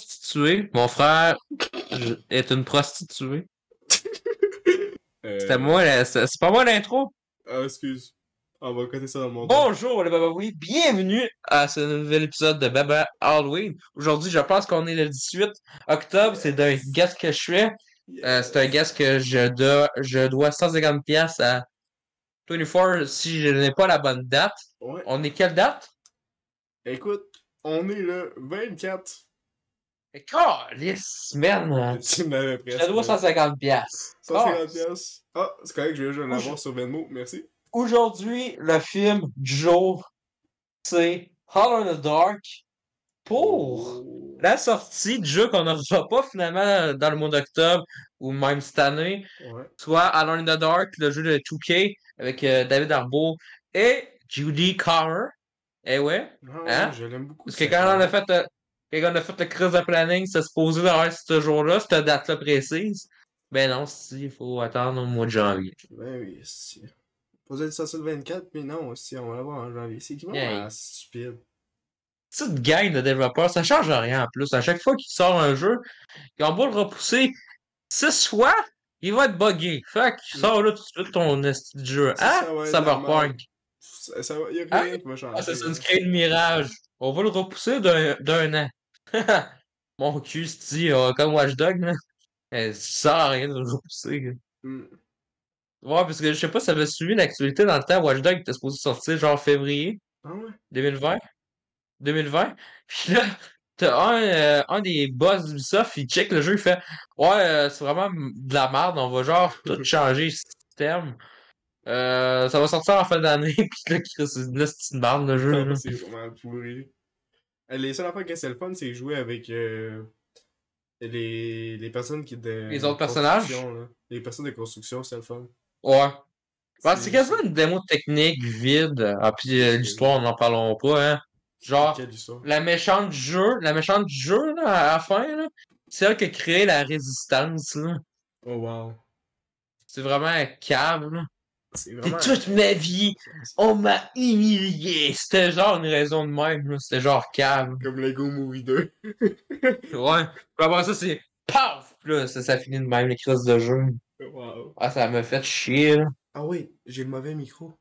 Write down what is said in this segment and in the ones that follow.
prostituée. Mon frère je- est une prostituée. Euh, C'était moi, la- c'est c'est pas moi l'intro. Ah, excuse. On va coter ça dans le monde. Bonjour les Baba Oui, bienvenue à ce nouvel épisode de Baba Halloween. Aujourd'hui, je pense qu'on est le 18 octobre. C'est d'un gaz que je fais. Euh, c'est un gaz que je dois, je dois 150$ piastres à 24 si je n'ai pas la bonne date. Ouais. On est quelle date? Écoute, on est le 24. Calisse, man! Tu m'avais Je presque. te dois 150$. piastres. 150 Calisse. euh, piastres. Ah, c'est correct, je vais juste l'avoir sur Venmo. Merci. Aujourd'hui, le film du jour, c'est Hollow in the Dark pour Oh. la sortie du jeu qu'on n'aura pas finalement dans le mois d'octobre ou même cette année, Ouais. soit Hollow in the Dark, le jeu de 2K avec euh, David Arbo et Judy Carr. Eh ouais, Non, Hein? je l'aime beaucoup. parce que cette quand on femme. a fait, euh, quand on a fait le crise de planning, c'est supposé d'avoir ce jour-là, cette date-là précise. Ben non, si, il faut attendre au mois de janvier. Ben oui, si. Pas être ça sur le 24, mais non, si, on va l'avoir en janvier. C'est qui va Hey. Ah, stupide. petite gang de développeurs, ça change rien en plus. À chaque fois qu'il sort un jeu, ils ont beau le repousser six fois, il va être buggé. Fait que Mm. sors là tout de suite ton esti de jeu. Ça, Ah, ça va être la merde. Cyberpunk. Ça, ça va, y a rien Ah. qui va changer. Hmm. Ah, c'est une screen mirage. On va le repousser d'un d'un an. Mon cul, c'est comme Watchdog, là. Eh, Ça sert à rien de le repousser. là. Hmm. Ouais, parce que je sais pas si ça avait suivi l'actualité dans le temps. Watchdog était supposé sortir genre février. Ah ouais? 2020. 2020. Puis là, t'as un, euh, un des boss d'Ubisoft, il check le jeu, il fait Ouais, euh, c'est vraiment de la merde, on va genre tout changer le système. Euh, ça va sortir en fin d'année, puis là, Chris, là, c'est une merde le jeu. Ah, là. C'est vraiment pourri. Euh, Les seules fois que c'est le fun, c'est jouer avec euh, les, les personnes qui. De, Les autres de personnages? construction, là. Les personnes de construction, c'est le fun. Ouais. Ouais, Ah, c'est quasiment une démo technique vide. Ah, puis euh, l'histoire, on n'en parlera pas, hein. Genre, Quelle histoire. la méchante du jeu, la méchante du jeu, là, à la fin, là, c'est elle qui a créé la résistance, là. Oh wow. C'est vraiment un câble, là. C'est Puis vraiment. toute ma vie, on m'a humilié. C'était genre une raison de même. là. C'était genre cave. Comme Lego Movie 2. Ouais. Puis après ça, c'est paf! Puis là, ça, ça finit de même, les crises de jeu. Oh, Wow. Ah, ça m'a fait chier, là. Ah oui, j'ai le mauvais micro.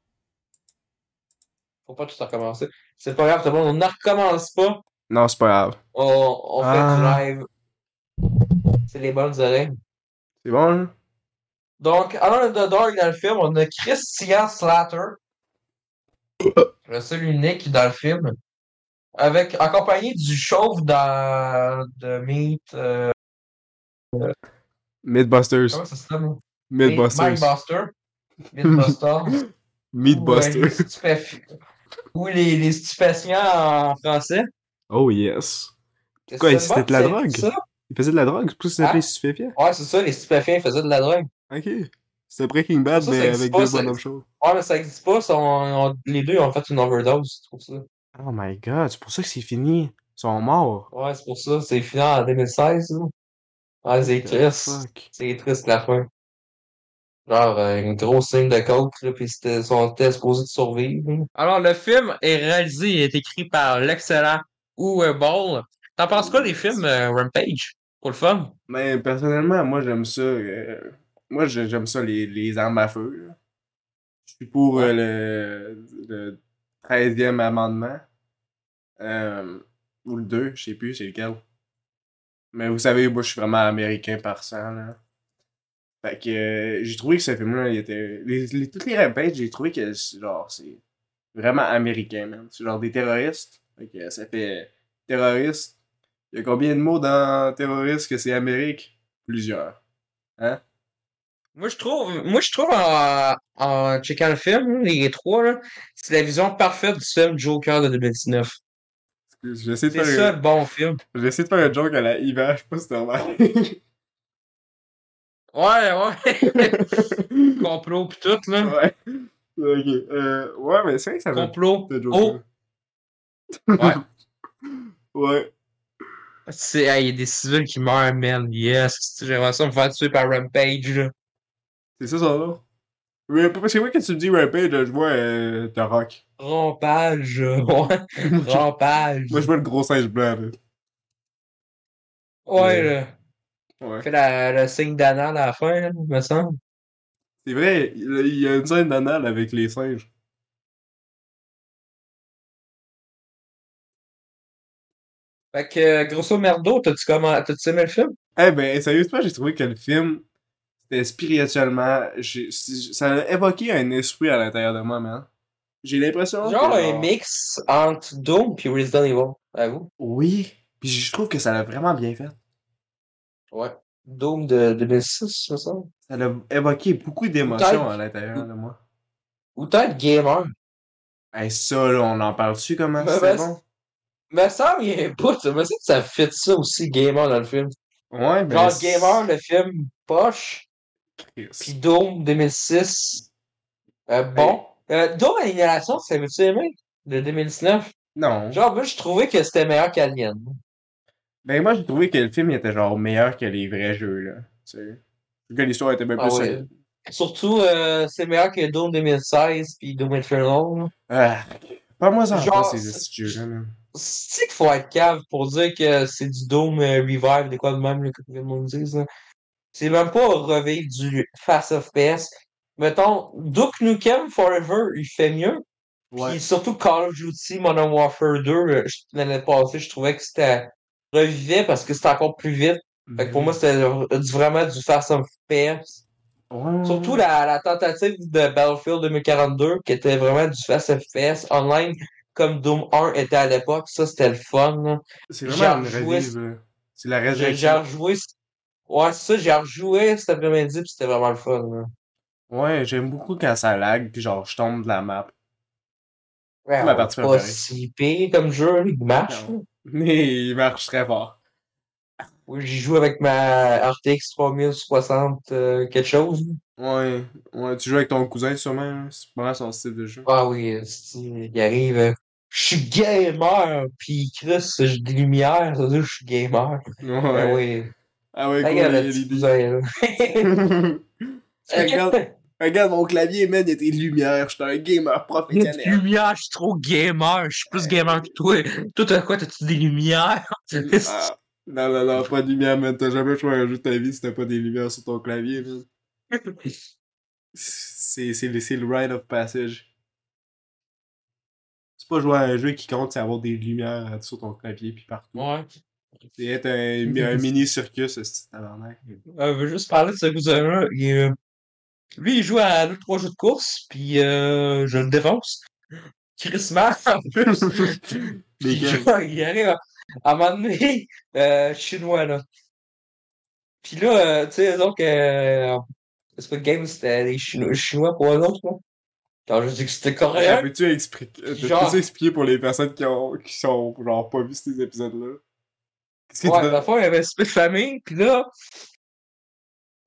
Faut pas tout recommencer. C'est pas grave, tout le monde, on ne recommence pas. Non, c'est pas grave. On, on Ah. fait du live. C'est les bonnes oreilles. C'est bon, hein? là? Donc, Alan the Dark dans le film, on a Christian Slater, le seul unique dans le film, avec accompagné du chauve dans de Meat. euh, Mythbusters. comment Ah, ça se nomme Midbuster. euh, Ou les, les stupéfiants en français. Oh yes. C'est Quoi, ça, c'était de bon, la c'est drogue? ça? Il faisait de la drogue, c'est pour ça Ah. s'appelait stupéfiant. Ouais, c'est ça, les stupéfiants faisaient de la drogue. Ok. C'était Breaking Bad, Ça, mais ça existe avec pas, deux ça- bonhommes chauds. Ouais, Ah, mais ça existe pas, ça, on- on- les deux ont fait une overdose, c'est pour ça. Oh my god, c'est pour ça que c'est fini. Ils sont morts. Ouais, c'est pour ça, c'est fini en 2016, ça. Ouais, c'est triste. Fuck. C'est triste la fin. Genre, euh, une grosse signe de coke, là, pis c'était, son était supposé de survivre. Alors, le film est réalisé et est écrit par l'excellent Uwe Boll. T'en penses quoi des films euh, Rampage? Pour le fun? Mais personnellement, moi j'aime ça. euh, Moi j'ai- j'aime ça les, les armes à feu. là. Je suis pour euh, le, le 13e amendement. Euh, ou le 2, je sais plus c'est lequel. Mais vous savez, moi je suis vraiment américain par sang. Là. Fait que euh, j'ai trouvé que ce film-là, il était. Les, les- toutes les rampages, j'ai trouvé que c'est- genre c'est vraiment américain, man. C'est genre des terroristes. Fait que ça fait terroriste. Il y a combien de mots dans terroriste que c'est Amérique? Plusieurs. Moi, je trouve, moi, je trouve en, en checkant le film, les trois, là, c'est la vision parfaite du film Joker de 2019. Excuse, J'essaie de, C'est faire ça un- le bon film. j'essaie de faire un joke à la Ivan, je sais pas si t'as remarqué. Ouais, ouais. Complot pis tout, là. ouais. Ok. Euh, ouais, mais c'est vrai que ça veut Complot. pas de Oh! joke. Ouais. Ouais. C'est, hey, il y a des civils qui meurent, man. Yes, c'est- j'aimerais ça me faire tuer par Rampage, là. C'est ça son nom. Ouais, parce que moi, quand tu me dis Rampage, je vois euh, The Rock. Rampage, ouais. Rampage. Moi, je vois le gros singe blanc. là. Ouais, Mais- là. Ouais. Fait la, le signe d'Anna à la fin, là, me semble. C'est vrai, il il y a une scène d'anal avec les singes. Fait que, euh, grosso merdo, t'as-tu comment... t'as-tu aimé le film? Eh ben, sérieusement, j'ai trouvé que le film, c'était spirituellement. j'ai- si- Ça a évoqué un esprit à l'intérieur de moi, man. J'ai l'impression. Genre que, un mix entre Doom puis Resident Evil, avoue. Oui. Puis je trouve que ça l'a vraiment bien fait. Ouais. Doom de 2006, me semble. Ça l'a évoqué beaucoup d'émotions Peut-être. à l'intérieur de moi. Ou peut-être Gamer. Eh, ça, là, on en parle-tu comment Ben, c'est ben, bon? Me semble, il y a un bout, me semble que ça fit ça aussi, Gamer, dans le film. Ouais, ben. Genre c'est- Gamer, le film poche, puis Chris. Doom 2006, euh, bon. Euh, Doom Annihilation, ça veut-tu aimer? De 2019. Non. Genre, moi, je trouvais que c'était meilleur qu'Alien. Ben, moi, j'ai trouvé que le film il était genre meilleur que les vrais jeux, là. Tu sais. Je trouve que l'histoire était bien Ah plus ouais. solide. Surtout, euh, c'est meilleur que Doom 2016 puis Doom Eternal. là. Ah, Parle-moi ça en Genre, pas, ces c'est- petits jeux-là, man. C'est qu'il faut être cave pour dire que c'est du Doom euh, Revive, de quoi de même, là, que le monde dise. là. C'est même pas revivre du Fast of PS. Mettons, Duke Nukem Forever, il fait mieux. Puis surtout Call of Duty Modern Warfare 2, euh, je- l'année passée, je trouvais que c'était revivait parce que c'était encore plus vite. Fait que Mhm. pour moi, c'était le- du- vraiment du Fast of PS. Ouais. Surtout la, la tentative de Battlefield 2042, qui était vraiment du fast FPS online, comme Doom 1 était à l'époque. Ça, c'était le fun. là. C'est Genre, vraiment une jouer- revive, là. C'est la J'ai j'ai résurrection. rejoué. c- Ouais, c'est ça, j'ai rejoué cet après-midi, puis c'était vraiment le fun. là. Ouais, j'aime beaucoup quand ça lag, puis genre, je tombe de la map. Ouais, ma on partie est pas préférée. si pire comme jeu, il marche. Non. Mais il marche très fort. Oui, J'y joue avec ma RTX 3060 euh, quelque chose. Ouais. ouais. Tu joues avec ton cousin, sûrement, hein. C'est vraiment son style de jeu. Ah oui, euh, si, il arrive. euh, Je suis gamer, puis Chris, j'ai des lumières, ça veut dire que je suis gamer. Ah Ouais. oui. Ah ouais, cool, il y a Regarde, le des petit billes. cousin, là. Regarde, regarde mon clavier, man, il y a des lumières. Je suis un gamer Il y a des professionnel. lumières, je suis trop gamer, je suis plus gamer que toi. Toi, t'as quoi, t'as-tu des lumières? Ah, Non, non, non, pas de lumière, man. T'as jamais joué à un jeu de ta vie si t'as pas des lumières sur ton clavier, man. C'est c'est le, c'est le rite of passage. C'est pas jouer à un jeu qui compte, c'est avoir des lumières sur ton clavier puis partout. ouais. C'est être un, un mini circus, ce petit tabarnak. Euh, je veux juste parler de ce cousin-là. il, euh, Lui, il joue à 2-3 jeux de course, puis euh, je le défonce. Chris Mann, en plus. Les Puis, gars, genre, il arrive à, à un moment donné, euh, chinois, là. Puis là, euh, tu sais, donc, euh, c'est pas game, c'était les chinois, chinois pour eux autres, là. Quand je dis que c'était coréen, peux-tu expliquer, euh, Genre- peux-tu expliquer pour les personnes qui, ont, qui sont genre pas vu ces épisodes-là? Qu'est-ce que tu Ouais, veux- dans le fond, il y avait un split famille, puis là,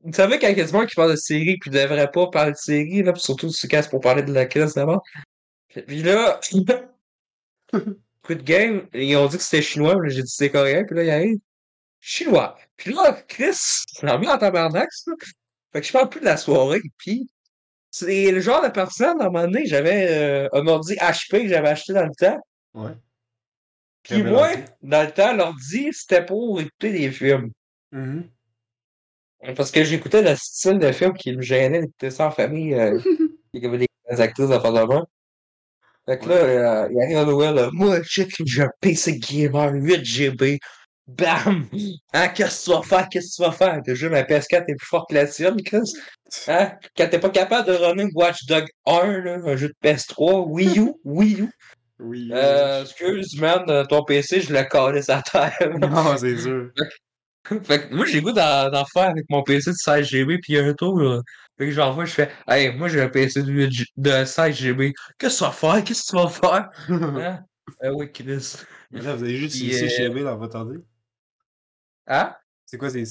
vous savez qu'il y a quelqu'un qui parle de série, puis ne devrait pas parler de série, là, pis surtout se casse pour parler de la crise d'abord. Puis là, coup de game, ils ont dit que c'était chinois, mais j'ai dit que c'était coréen, puis là, il arrive. Chinois. Puis là, Chris, il l'a mis en tabarnak, ça. Fait que je parle plus de la soirée, puis c'est le genre de personne, à un moment donné, j'avais euh, un ordi HP que j'avais acheté dans le temps. Ouais. Puis Très moi, bel ordi. dans le temps, l'ordi, c'était pour écouter des films. Mhm. Parce que j'écoutais le style de film qui me gênait d'écouter ça en famille. Euh, il y avait des actrices à faire devant. Fait que là, euh, il arrive à Noël, là, moi, check, j'ai un PC gamer 8GB. Bam! Hein, qu'est-ce que tu vas faire? Qu'est-ce que tu vas faire? Déjà, ma PS4 est plus forte que la tienne, Chris. Hein? Quand t'es pas capable de runner Watch Dog 1, là, un jeu de PS3, Wii U, Wii U. Oui. Euh, excuse, man, euh, ton PC, je l'ai collé sa terre. Non, c'est sûr. Fait que moi, j'ai le goût d'en d'en faire avec mon PC de 16 GB, puis il y a un tour, là. Fait que j'envoie, je fais, hey, moi, j'ai un PC de, 8 G- de 16 GB. Qu'est-ce que tu vas faire? Qu'est-ce que tu vas faire? Hein? Ah oui, Chris. Mais Là, vous avez juste Puis, ici euh, GB dans votre ordi. Hein? C'est quoi, c'est.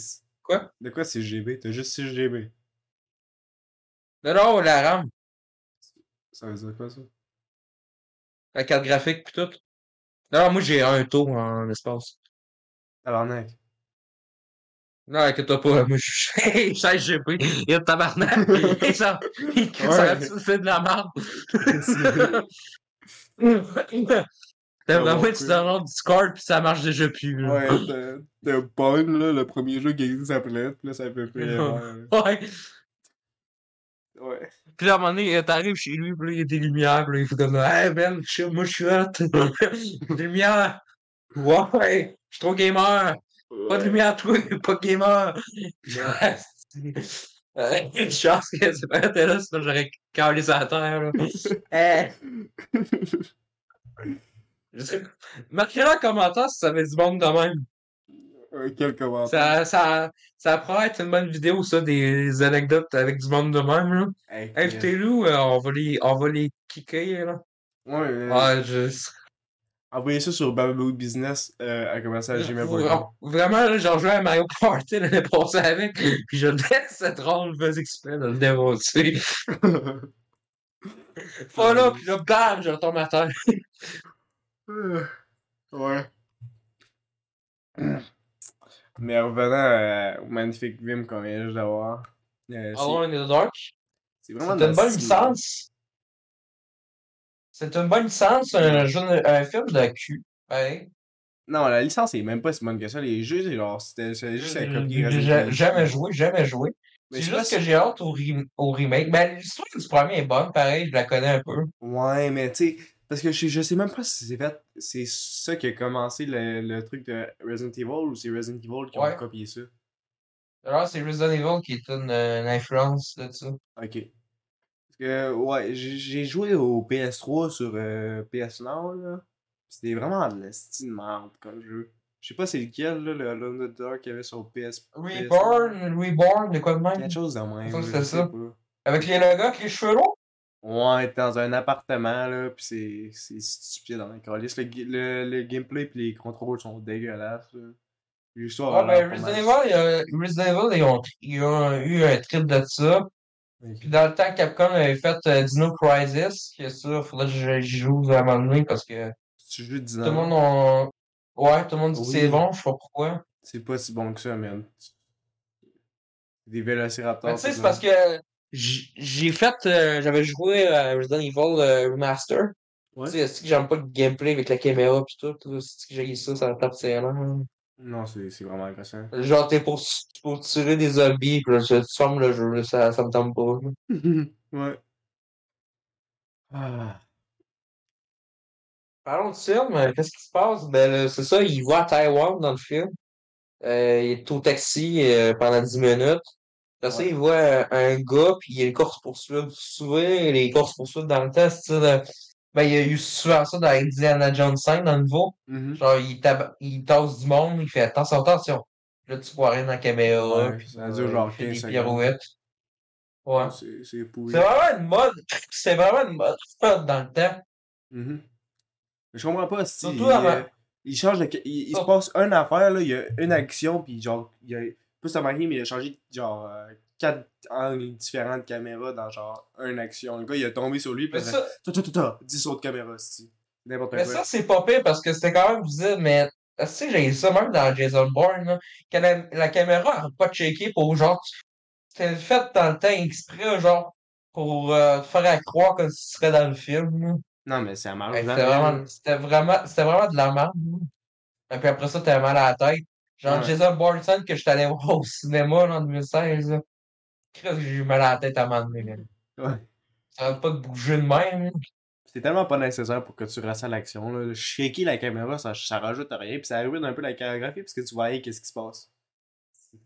Quoi? De quoi c'est GB? T'as juste 6 GB. Non, non, la RAM, Ça veut dire quoi, ça? la carte graphique, puis tout. Non, non, moi, j'ai un tour en espace. Tabarnak. Non, inquiète-toi pas, moi, je suis 16 GB. Il y a de tabarnak. Et ça, ça, Ouais. c'est de la merde. C'est- Fait T'as Non, vraiment non été plus. dans le Discord pis ça marche déjà plus. là. Ouais, t'as- t'as Pong, là, le premier jeu qui existe après l'autre, puis là, ça peut plus. Ouais. Ouais. Puis là, à un moment donné, euh, t'arrives chez lui, pis là, il y a des lumières, pis là, il fait comme, hey Ben, je suis- moi je suis hot. des lumières. Ouais, je suis trop gamer. Pas de lumière, toi, pas de gamer. Euh, Une chance que c'est pas été là, sinon j'aurais calé sa terre, là. Eh, je sais pas. Marquez-le en commentaire si ça met du monde de même. Euh, Quel commentaire. Ça, ça, ça pourrait être une bonne vidéo, ça, des anecdotes avec du monde de même, là. Hey, quel- Invitez-nous, euh, on va les, on va les kicker, là. Ouais, euh, Ouais, je... Envoyez ça sur Bababoo Business euh, à commencer à gmail.com. Vra- Vraiment, là, j'ai rejoué à Mario Party l'année passée avec, puis je laisse cette ronde, fais exprès de le démonter. Pas là, puis là, bam, je retombe à terre. ouais. Mais revenant euh, au magnifique film qu'on vient juste d'avoir. euh, c'est- Alone in the Dark. Ah C'est c'est vraiment une bonne nasty. licence. C'est une bonne licence, un, jeu de- un film de cul. Ouais. Non, la licence est même pas si bonne que ça. Les jeux, c'est genre, c'était c'était juste la copie J'ai- Resident j'ai- Evil. Jamais joué, jamais joué. Mais C'est je sais pas juste si- que j'ai hâte au, rem- au remake. Ben, l'histoire du premier est bonne, pareil, je la connais un peu. Ouais, mais tu sais, parce que je, sais- je sais même pas si c'est fait. C'est ça qui a commencé le, le truc de Resident Evil ou c'est Resident Evil qui Ouais. ont copié ça. Alors, c'est Resident Evil qui est une, euh, une influence de ça. Ok. Parce que, ouais, j'ai j'ai joué au PS3 sur euh, PS Now, là. C'était vraiment de la style merde comme jeu. Je sais pas c'est lequel, là, le Alone in the Dark qu'il y avait sur PS. PS Now. Reborn, Reborn, de quoi de même? Quelque chose de même. Je pense que là, je c'était sais ça. pas. Avec les, le gars avec les cheveux longs? Ouais, t'es dans un appartement, là, pis c'est c'est stupide dans les câlisses. Le, ga- le, le gameplay pis les contrôles sont dégueulasses, là. L'histoire Ah, a l'air ben, pas Resident Evil, mal- il y a- Resident Evil, ils ont, ils ont eu un trip de ça. Puis dans le temps, Capcom avait fait euh, Dino Crisis, que ça, faudrait que je- j'y joue à un moment donné parce que C'est juste tout 10 le ans. monde ont... Ouais, tout le monde dit que c'est Oui. bon, je sais pas pourquoi. C'est pas si bon que ça, man. Des Mais vélociraptors. tu sais, c'est tout parce ça. que j- j'ai fait, euh, j'avais joué à Resident Evil euh, Remaster. Ouais. Tu sais, c'est que j'aime pas le gameplay avec la caméra pis tout, tout, c'est que j'ai ça, ça tape ses lents. Non, c'est c'est vraiment agressant. Genre, t'es pour, pour tirer des zombies, pis là, tu tu fermes le jeu, là, ça, ça me tente pas. là. ouais. Ah. Parlons du film, euh, qu'est-ce qui se passe? Ben, là, c'est ça, il va à Taïwan dans le film. Euh, il est au taxi euh, pendant 10 minutes. Après ça, Ouais. il voit euh, un gars, puis il y a une course-poursuite. Souvent, les courses-poursuites dans le temps, c'est ça. là, Ben, il y a eu souvent ça dans Indiana Jones 5, dans le nouveau. Mhm. Genre, il, taba- il tasse du monde, il fait attention, attention. Là, tu vois rien dans la caméra. Ouais, puis ça dure genre il fait 15 des secondes. pirouettes. Ouais. C'est c'est pourri. C'est vraiment une mode. C'est vraiment une mode mode dans le temps. Mhm. Je comprends pas si. Surtout il, avant- Oh. euh, il change de. ca- Il, il se Sur- passe une affaire, là, il y a une action, puis genre. Il y a, plus ça m'arrive, mais il a changé genre euh, quatre angles différents de caméra dans genre une action. Le gars, il a tombé sur lui, puis Mais il a ça, fait, Ta, ta, ta, ta, 10 autres caméras, si. N'importe Mais quoi. ça, c'est pas pire parce que c'était quand même visible, mais tu sais, j'ai eu ça même dans Jason Bourne, là, quand la, la caméra n'a pas checké pour genre. tu- C'était fait dans le temps exprès, genre, pour euh, te faire à croire comme si tu serais dans le film. là. Non, mais ça marche. Fait que jamais, C'était là. vraiment, c'était vraiment, c'était vraiment de la merde. là. Et puis après ça, t'avais mal à la tête. Genre Ouais. Jason Bourne, que je t'allais voir au cinéma là, en 2016. là. Crève que j'ai eu mal à la tête à un moment donné. là. Ouais. Ça arrête pas de bouger de même. là. C'est tellement pas nécessaire pour que tu ressens l'action. Là. Shaker la caméra, ça, ça rajoute rien, puis ça ruine un peu la chorégraphie, parce que tu vois hey, qu'est-ce qui se passe.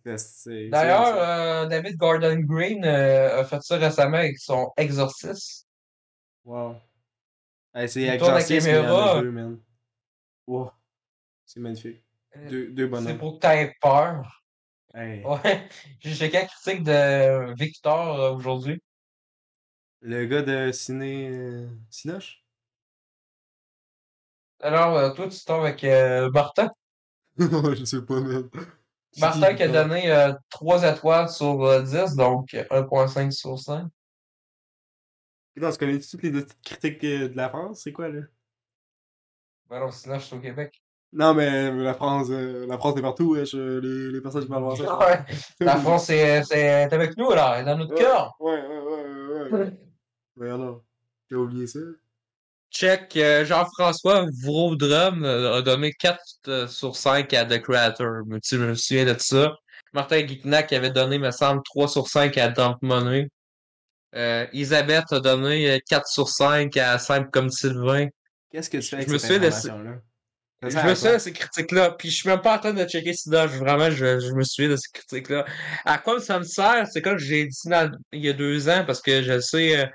C'est- c'est- D'ailleurs, c'est- euh, David Gordon Green euh, a fait ça récemment avec son Exorcist. Wow. Hey, c'est Il avec tourne la Jean-Cis, mais il y en a caméra. deux, man. Wow. C'est magnifique. Euh, Deux, deux C'est bonhommes. pour que t'aies peur. Hey, Ouais. J'ai checké la critique de Victor euh, aujourd'hui. Le gars de Ciné. euh, Cinoche Alors, euh, toi, tu tombes avec euh, Martin. Je sais pas, man. C'est Martin qui a Victor? donné euh, 3 étoiles sur euh, 10, donc euh, 1.5 sur 5. Putain, tu connais toutes les petites critiques euh, de la France C'est quoi, là Ben non, sinon, je suis au Québec. Non, mais euh, la France, euh, la France est partout, wesh. euh, Les, les personnes qui parlent français. Ouais. La France, c'est c'est- t'es avec nous, là, elle est dans notre Ouais. cœur. Ouais, ouais, ouais, ouais. ouais. Mais alors, t'as oublié ça Check, euh, Jean-François Vaudrum euh, a donné 4 euh, sur 5 à The Creator. Mais tu me souviens de ça. Martin Guignac avait donné, me semble, 3 sur 5 à Dump Money. Euh, Isabelle a donné euh, 4 sur 5 à Simple comme Sylvain. Qu'est-ce que tu fais avec Je me cette suis laissé- information-là? Ça Je sert me à quoi? souviens de ces critiques-là, puis je suis même pas en train de checker si là, je- vraiment, je, je me souviens de ces critiques-là. À quoi ça me sert? C'est comme j'ai dit dans- il y a deux ans, parce que je sais euh,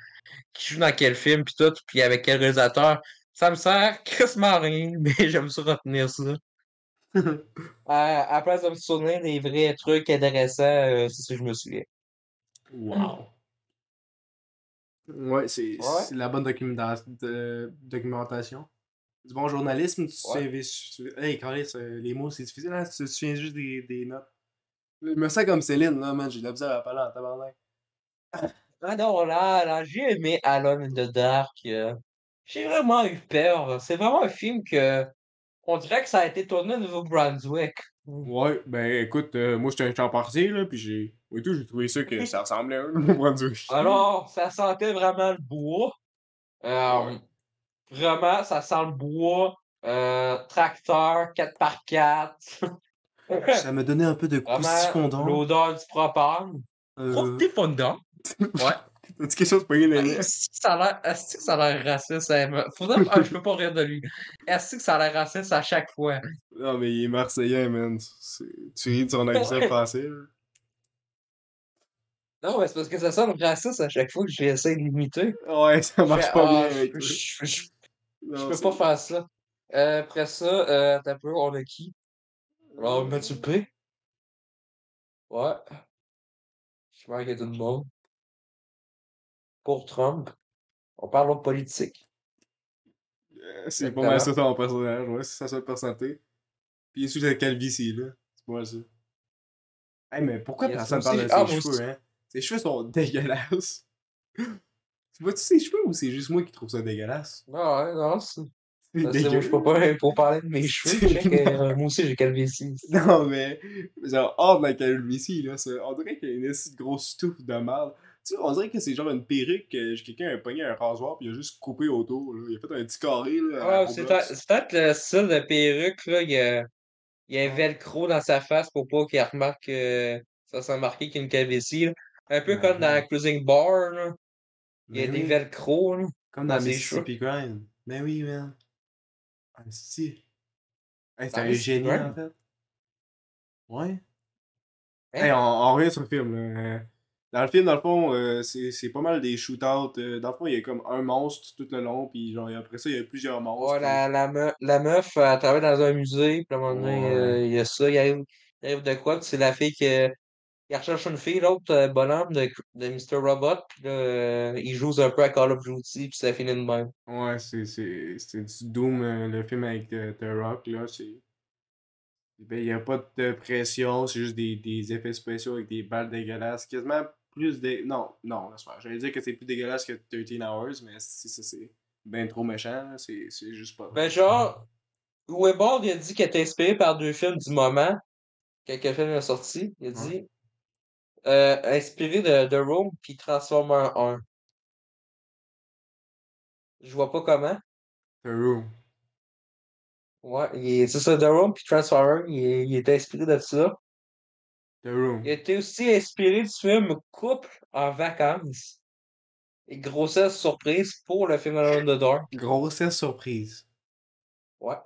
qui joue dans quel film, puis tout, puis avec quel réalisateur. Ça me sert crissement rien, mais j'aime ça retenir ça. Euh, après, ça me souvenir des vrais trucs intéressants, euh, c'est ce que je me souviens. Wow. Ah Ouais, c'est Ouais. c'est la bonne documenta- de- documentation. Du bon journalisme, tu Ouais. sais. tu- Hey, Carlis, euh, les mots, c'est difficile, hein? Tu te souviens juste des, des notes. Je me sens comme Céline, là, man. J'ai de la misère à parler en tabarnak. Ah non, là, là, j'ai aimé Alone in the Dark. euh. J'ai vraiment eu peur. C'est vraiment un film que. On dirait que ça a été tourné au Nouveau-Brunswick. Ouais, ben écoute, euh, moi, j'étais un champ parti, là, puis j'ai. Oui, tout, j'ai trouvé ça que ça ressemblait à un Nouveau-Brunswick. Alors, ça sentait vraiment le bois. Euh, Ouais. Vraiment, ça sent le bois. euh, tracteur, 4x4. Ça me donnait un peu de Vraiment, croustillant. l'odeur du propane. Euh... fondant. T'as dit quelque chose pour rien, là? Est-ce que ça a l'air- est-ce que ça a l'air raciste? à Emma? Faudrait... ah, je peux pas rire de lui. Est-ce que ça a l'air raciste à chaque fois? Non, mais il est marseillais, man. C'est- Tu ris de son accent français, là. Non, mais c'est parce que ça sonne raciste à chaque fois que j'essaie de l'imiter. Ouais, ça Je marche fais, pas ah, bien je- avec toi. Je je- je Non, peux c'est- pas faire ça. Euh, après ça, euh, t'as peu, on a qui? Alors, Mathieu P. Ouais. Je manque tout le monde. Pour Trump, on parle de politique. Euh, C'est pas mal ça ton personnage, ouais, c'est sa seule personnalité. Puis il est sous la calvitie, là. C'est pas mal ça. Hey, mais pourquoi Il y a ça personne parle de aussi. ses Ah, moi cheveux, aussi. hein? Ses cheveux sont dégueulasses. tu vois-tu ses cheveux ou c'est juste moi qui trouve ça dégueulasse? Non, ouais, non, c'est C'est c'est- moi, je peux pas pour parler de mes cheveux. check, euh, moi aussi, j'ai calvitie. Non, mais, genre, hors de la calvitie, là, ça- on dirait qu'il y a une esti de grosse touffe de mal. Tu sais, on dirait que c'est genre une perruque que quelqu'un a pogné un rasoir puis il a juste coupé autour, là. Il a fait un petit carré, là. à Ouais, la Ah, c'est Roblox. peut-être c'est peut-être le style de perruque, là. Il y a, il y a un velcro dans sa face pour pas qu'il remarque que ça sent marqué qu'il y a une calvitie, là. Un peu comme dans Cruising Bar, là. Il y a Mais des Uh-huh. Ben oui. velcro, là. Comme Dans dans ses Mississippi Grind. Ben oui, man. Ah, si. Hey, c'est Dans un Mississippi génie, Grind? en fait. Ouais. Hein? Hey, on, on revient sur le film. là. Dans le film, dans le fond, euh, c'est c'est pas mal des shootouts. euh, Dans le fond, il y a comme un monstre tout le long, puis genre, après ça, il y a plusieurs monstres. Ouais, la, la, me- la meuf, elle travaille dans un musée, puis à un moment donné, Ouais. euh, il y a ça, il arrive, il arrive de quoi, puis c'est la fille que. Il recherche une fille, l'autre euh, bonhomme de, de Mr. Robot, puis là, euh, il joue un peu à Call of Duty, puis ça finit de même. Ouais, c'est c'est- c'est du Doom, euh, le film avec euh, The Rock, là, c'est... Ben, il n'y a pas de pression, c'est juste des, des effets spéciaux avec des balles dégueulasses, quasiment plus des... Non, non, laisse faire. J'allais dire que c'est plus dégueulasse que 13 Hours, mais si ça, c'est ben trop méchant, là, c'est c'est juste pas... Ben genre, Weber il a dit qu'il était inspiré par deux films du moment, quand le film est sorti, il a Ouais. dit euh, inspiré de, de Rome puis Transformer 1. Je vois pas comment. The Room. Ouais, il est- c'est ça, The Room puis Transformer, il, est- il est inspiré de ça. The Room. Il était aussi inspiré du film Couple en vacances. Et grossesse surprise pour le film Alone in the Dark. Grossesse surprise. Ouais.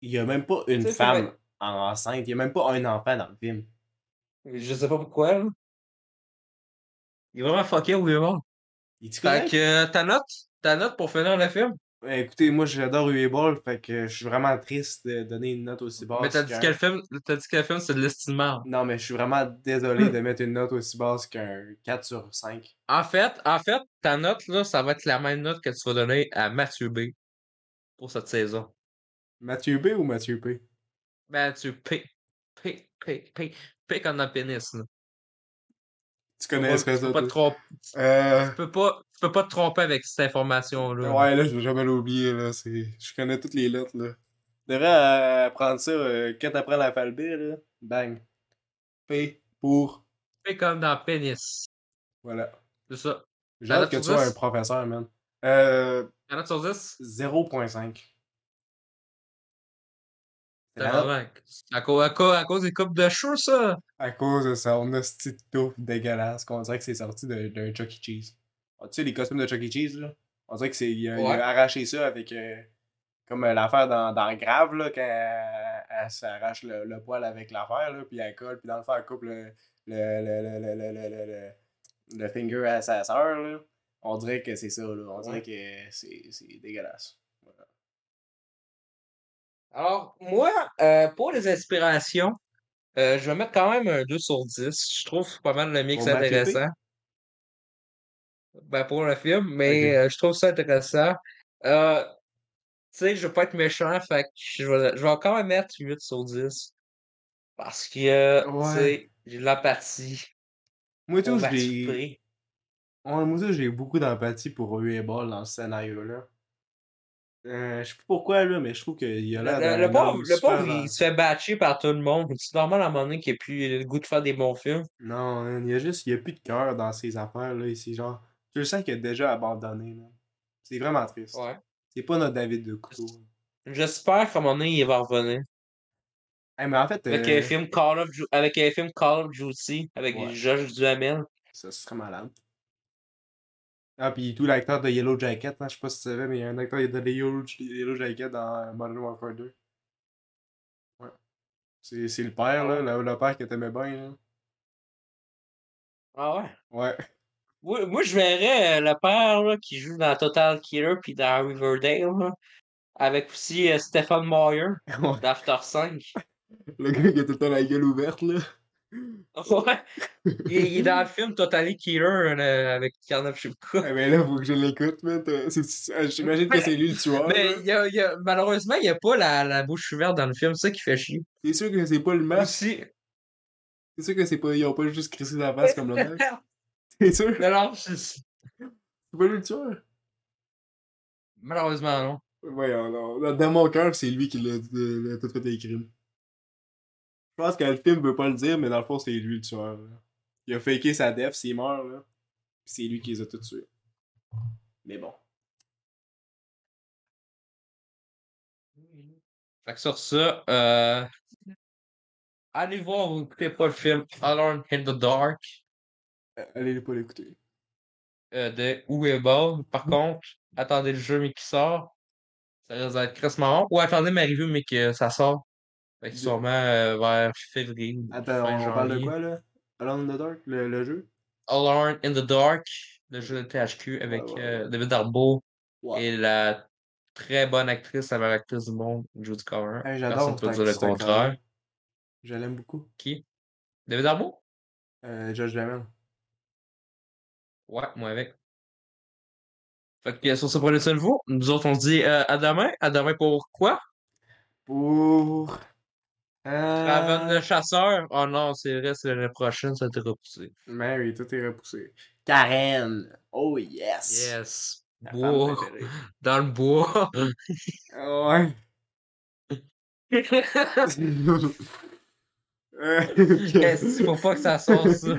Il n'y a même pas une Tu sais, c'est femme en enceinte, il n'y a même pas un enfant dans le film. Je sais pas pourquoi, là. Il est vraiment fucké, Weber. Il dit Fait que euh, ta note, ta note pour finir le film. Ouais, Ben, écoutez, moi j'adore Uwe Ball, fait que je suis vraiment triste de donner une note aussi basse. mais t'as dit qu'un- quel film, t'as dit quel film, c'est de l'estimable. Non, mais je suis vraiment Hmm. désolé de mettre une note aussi basse qu'un 4 sur 5. En fait, en fait, ta note là, ça va être la même note que tu vas donner à Mathieu B pour cette saison. Mathieu B ou Mathieu P? Mathieu P, P, P, P, P comme dans pénis. Là. Tu Tu connais peux ce pas- tu peux réseau. pas te tromper, Euh... tu peux pas, tu peux pas te tromper avec cette information là. Ouais, là, je vais jamais l'oublier, là. c'est- Je connais toutes les lettres, là. Tu devrais euh, prendre ça euh, quand t'apprends l'alphabet, là. Bang. P pour. P comme dans pénis. Voilà. C'est ça. J'ai hâte que note tu sur sois dix? un professeur, man. Euh, La note sur 10? 0.5. C'est la note Tabarnak. À, cause- à cause- à cause des coupes de cheveux, ça! à cause de ça, on a ce petit touffe dégueulasse qu'on dirait que c'est sorti de- d'un Chuck E. Cheese. Ah, tu sais, les costumes de Chuck E. Cheese, là, on dirait qu'il a, il Ouais. a arraché ça avec. euh, comme euh, l'affaire dans, dans Grave, là, quand elle, elle s'arrache le, le poil avec l'affaire, là, puis elle colle, puis dans le fer, elle coupe le, le, le, le, le, le, le, le, le- le finger à sa sœur, là. On dirait que c'est ça, là. On dirait Ouais. que c'est c'est dégueulasse. Alors, moi, euh, pour les inspirations, euh, je vais mettre quand même un 2 sur 10. Je trouve pas mal le mix Pour Matt Lepé? intéressant. Ben, pour le film, mais euh, je trouve ça intéressant. Euh, tu sais, je veux pas être méchant, fait que je vais, je vais quand même mettre 8 sur 10. Parce que, euh, Ouais. tu sais, j'ai de l'empathie Moi, pour tout, je Matt l'ai- Lepé. Ouais, moi ça, j'ai beaucoup d'empathie pour Ray Ball dans ce scénario-là. Euh, je sais pas pourquoi, là, mais je trouve qu'il y a Le, là. le- le pauvre, le pauvre, euh, il se fait batcher par tout le monde. C'est normal à un moment donné qu'il n'y ait plus le goût de faire des bons films. euh, Non, man, il y a juste, il y a plus de cœur dans ses affaires, là. C'est genre, tu le sens qu'il a déjà abandonné, là. C'est vraiment triste. Ouais. C'est pas notre David de couteau. J'espère qu'à un moment donné, il va revenir. Hey, mais en fait, Avec euh, un film Call of Ju- avec un film Call of Duty avec Ouais. Josh Duhamel. ça serait malade. Ah, puis tout l'acteur de Yellow Jacket, hein, je sais pas si tu savais, mais il y a un acteur de Yellow, Yellow Jacket dans Modern Warfare 2. Ouais. C'est c'est le père, là, le, le père que t'aimais bien, là. Ah ouais. Ouais. Moi, moi, je verrais euh, le père là, qui joue dans Total Killer puis dans Riverdale là, avec aussi euh, Stephen Moyer Ouais. d'After 5. Le gars qui a tout le temps la gueule ouverte, là. ouais. Il, il est dans le film Total Killer euh, avec Carnage Chupka. Ah, ben là, faut que je l'écoute, man. t'as- c'est- c'est- J'imagine que c'est lui le tueur. Mais là. il y a- il y a- malheureusement, il n'y a pas la, la bouche ouverte dans le film, c'est ça qui fait chier. C'est sûr que c'est pas le masque. Aussi. C'est sûr que c'est pas. Ils ont pas juste crissé la face comme le masque. C'est sûr. Non, non, c'est- C'est pas lui le tueur. malheureusement, non. Voyons, non. Dans- Dans mon cœur, c'est lui qui l'a l'a- l'a tout fait des crimes. Je pense que le film veut pas le dire, mais dans le fond, c'est lui le tueur. là. Il a faké sa def, s'il meurt, là. Puis c'est lui qui les a tous tués. Mais bon. Fait que sur ça, euh, allez voir, vous n'écoutez pas le film Alone in the Dark Euh, Allez pas l'écouter. euh, de Uweball. Par Mhm. contre, attendez le jeu, mais qui sort. Ça risque d'être Chris marrant. Ou attendez ma review, mais que ça sort. Fait que Oui. sûrement euh, vers février. ou Attends, fin on parle de janvier. quoi, là? Alone in the Dark, le- le jeu? Alone in the Dark, le jeu de THQ avec ouais, ouais. euh, David Darbo Ouais. et la très bonne actrice, la meilleure actrice du monde, Judy Cover. Personne Hey, j'adore ne peut cette dire le actrice, quand contraire. même. Je l'aime beaucoup. Qui? David Darbo? Euh, Josh Duhamel. Ouais, moi avec. Fait que euh, sur ce, prenez soin de vous. Nous autres, on se dit euh, à demain. À demain pour quoi? Pour. Euh, La bonne de chasseur. Oh non, c'est vrai, c'est l'année prochaine, ça a été repoussé. Mais Ben oui, tout est repoussé. Karen. Oh yes. Yes. Ta femme Bois. préférée. Dans le bois. Ouais. Euh, ok. É, É, Est-ce qu'il faut pas que ça sorte ça?